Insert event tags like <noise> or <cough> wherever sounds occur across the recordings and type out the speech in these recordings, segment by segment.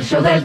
show del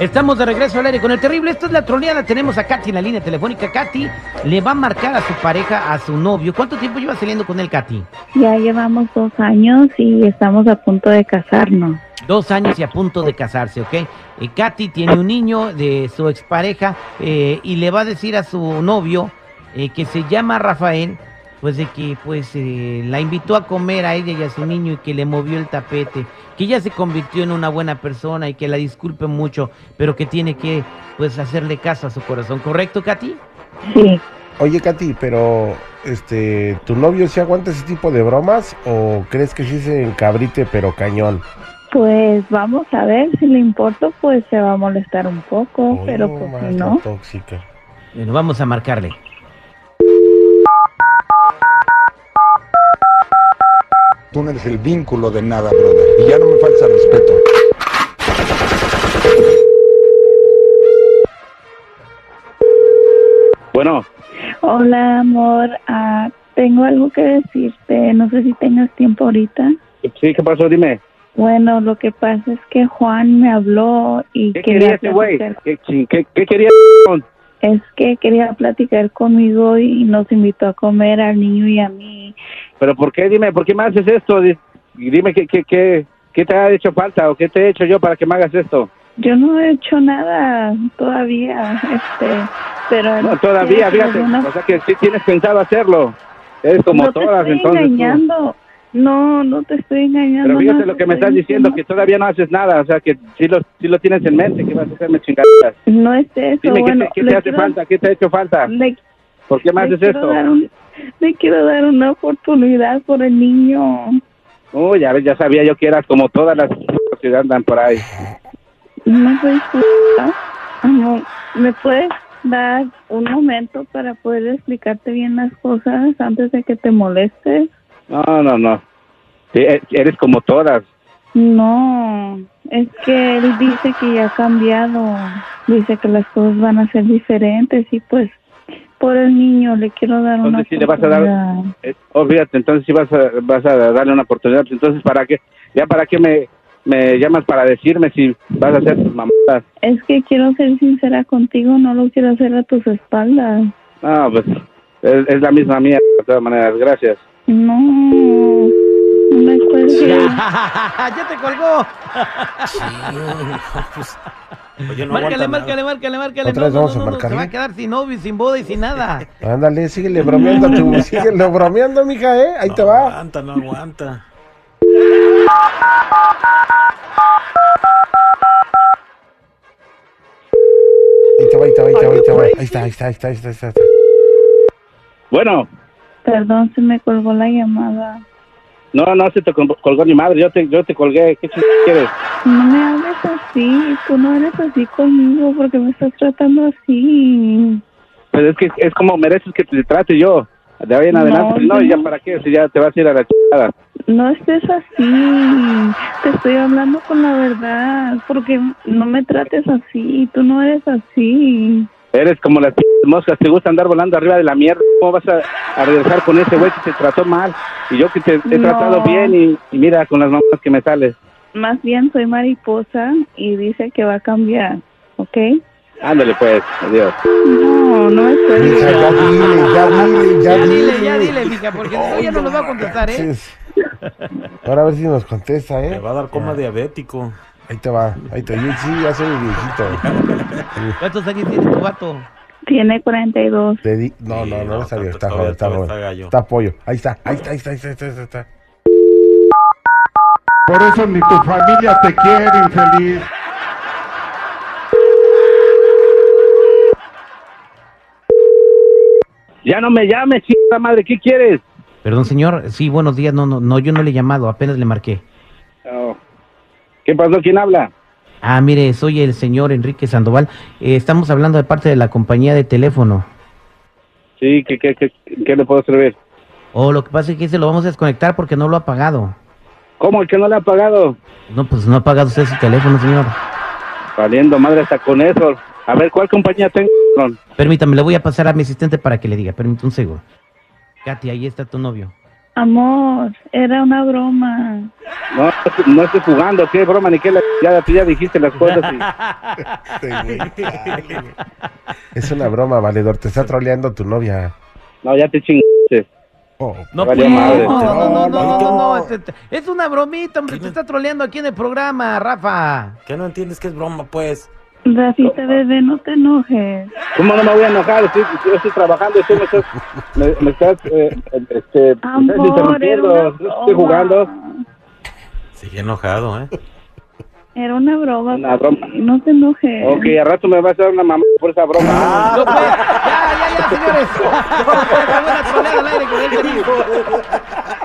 Estamos de regreso al aire con el terrible. Esta es la troleada. Tenemos a Katy en la línea telefónica. Katy le va a marcar a su pareja, a su novio. ¿Cuánto tiempo lleva saliendo con él, Katy? Ya llevamos dos años y estamos a punto de casarnos. Dos años y a punto de casarse, ¿ok? Eh, Katy tiene un niño de su expareja eh, y le va a decir a su novio, eh, que se llama Rafael, pues de que pues eh, la invitó a comer a ella y a su niño y que le movió el tapete, que ella se convirtió en una buena persona y que la disculpe mucho, pero que tiene que pues hacerle caso a su corazón, ¿correcto, Katy? Sí. Oye, Katy, pero este, ¿tu novio sí aguanta ese tipo de bromas o crees que sí se encabrite pero cañón? Pues vamos a ver, si le importa, pues se va a molestar un poco, Oye, pero pues más si la no. tóxica. Bueno, vamos a marcarle. Tú no eres el vínculo de nada, brother. Y ya no me falta respeto. Bueno, Hola, amor. ah, tengo algo que decirte. No sé si tengas tiempo ahorita. sí, ¿qué pasó? Dime. Bueno, lo que pasa es que Juan me habló y ¿Qué quería quería ese güey? platicar- ¿Qué, chin- qué, qué quería? Es que quería platicar conmigo y nos invitó a comer al niño y a mí. ¿Pero por qué? Dime, ¿por qué me haces esto? Di- y Dime, ¿qué, qué, qué, qué te ha hecho falta o qué te he hecho yo para que me hagas esto? Yo no he hecho nada todavía, este, pero él No, quiere todavía, fíjate. alguna- O sea que sí tienes pensado hacerlo. Eres como no te todas, estoy entonces. tú. engañando. No, no te estoy engañando. Pero fíjate no lo te que me estoy estás diciendo, que todavía no haces nada. O sea que sí lo, sí lo tienes en mente, que vas a hacerme chingadas. No es eso. Dime, ¿qué bueno, te, qué le te hace quiero- falta? ¿Qué te ha hecho falta? le- ¿Por qué me le haces quiero esto? dar un- le quiero dar una oportunidad por el niño. Uy, a ver, ya sabía yo que eras como todas las <laughs> que andan por ahí. No soy justa. Amor, ah, ¿me puedes dar un momento para poder explicarte bien las cosas antes de que te molestes? No, no, no. Sí, e- Eres como todas. No, es que él dice que ya ha cambiado, dice que las cosas van a ser diferentes y pues por el niño le quiero dar una Entonces, sí le vas a dar- oportunidad. Eh, Oh, fíjate, entonces sí vas a, vas a darle una oportunidad. Entonces, ¿para qué? ¿Ya para qué me, me llamas para decirme si vas a hacer tus mamadas? Es que quiero ser sincera contigo, no lo quiero hacer a tus espaldas. No, pues es, es la misma mía, de todas maneras. Gracias. No, no me puedes <laughs> ya te colgó. Oye, no pues. márcale, aguanta márcale, márcale, márcale. Otra vez vamos a se marcarle. va a quedar sin novio, sin boda y sin nada. <laughs> Ándale, síguele bromeando, a <laughs> tu, síguele bromeando, mija, ¿eh? Ahí nada. te No va. aguanta, no aguanta. Ahí te va, ahí te va, ahí te va, ahí te va. Ahí está, ahí está, ahí está, ahí está. Ahí está. Bueno, Perdón, se me colgó la llamada. no, no se te col- colgó ni madre. Yo te, yo te colgué. ¿Qué chingados quieres? No me hables así, tú no eres así conmigo porque me estás tratando así. Pues es que es como mereces que te trate yo. De ahí en No, adelante, pues, no, yo ¿y ya no. para qué? Si ya te vas a ir a la chingada. No estés así, te estoy hablando con la verdad, porque no me trates así, tú no eres así. Eres como las pinches moscas, te gusta andar volando arriba de la mierda. ¿Cómo vas a, a regresar con ese güey que te trató mal? Y yo que te he No. tratado bien y, y mira con las mamás que me sales. Más bien soy mariposa y dice que va a cambiar, ¿ok? Ándale pues, adiós. No, no es Mija, eso. ya dile, ya dile, ya Ya dile. dile, ya dile, mija, porque si no, ya no nos va a contestar, ¿eh? Oh, Sí. Ahora a ver si nos contesta, Le ¿eh? va a dar coma diabético. Ahí te va, ahí te va. Sí, ya soy viejito. ¿Cuántos años tiene tu vato? Tiene 42. Te di- No, Sí, no, no, no, está bien, tanto está joven, todavía, está todavía joven. está gallo. Está pollo. Ahí está, ahí está, ahí está, ahí está, ahí está, ahí está. Por eso ni tu familia te quiere, infeliz. Ya no me llames, chica madre, ¿qué quieres? Perdón, señor. Sí, buenos días. No, no, no, yo no le he llamado, apenas le marqué. Oh. ¿Qué pasó? ¿Quién habla? Ah, mire, soy el señor Enrique Sandoval. Eh, estamos hablando de parte de la compañía de teléfono. Sí, ¿qué, qué, qué, qué le puedo servir? O Oh, lo que pasa es que se lo vamos a desconectar porque no lo ha pagado. ¿Cómo el que no le ha pagado? No, pues no ha pagado usted su teléfono, señor. Valiendo madre hasta con eso. A ver, ¿cuál compañía tengo? cabrón? Permítame, le voy a pasar a mi asistente para que le diga. Permítame un segundo. Katy, ahí está tu novio. Amor, era una broma. No, no estoy jugando, qué broma, ni qué la ya, tú ya dijiste las cosas. y- <laughs> Es una broma, valedor. Te está troleando tu novia. No, ya te chingaste. Oh, <laughs> No, Vale pues, madre. no, no, no, no, no, no, No. este- este- Es una bromita, hombre. Te está troleando aquí en el programa, Rafa. ¿Qué no entiendes que es broma, pues? Rafita, bebé, no te enojes. ¿Cómo no me voy a enojar? Estoy, yo estoy trabajando, tú me estás, me, me estás, eh, este, me estás Amor, era interrumpiendo. una No estoy jugando. broma. Sigue enojado, ¿eh? Era una broma. Una broma. papi, No te enojes. Ok, al rato me vas a dar una mamá por esa broma. No, pues, ya, ya, ya, señores. Fue una troleada al aire con el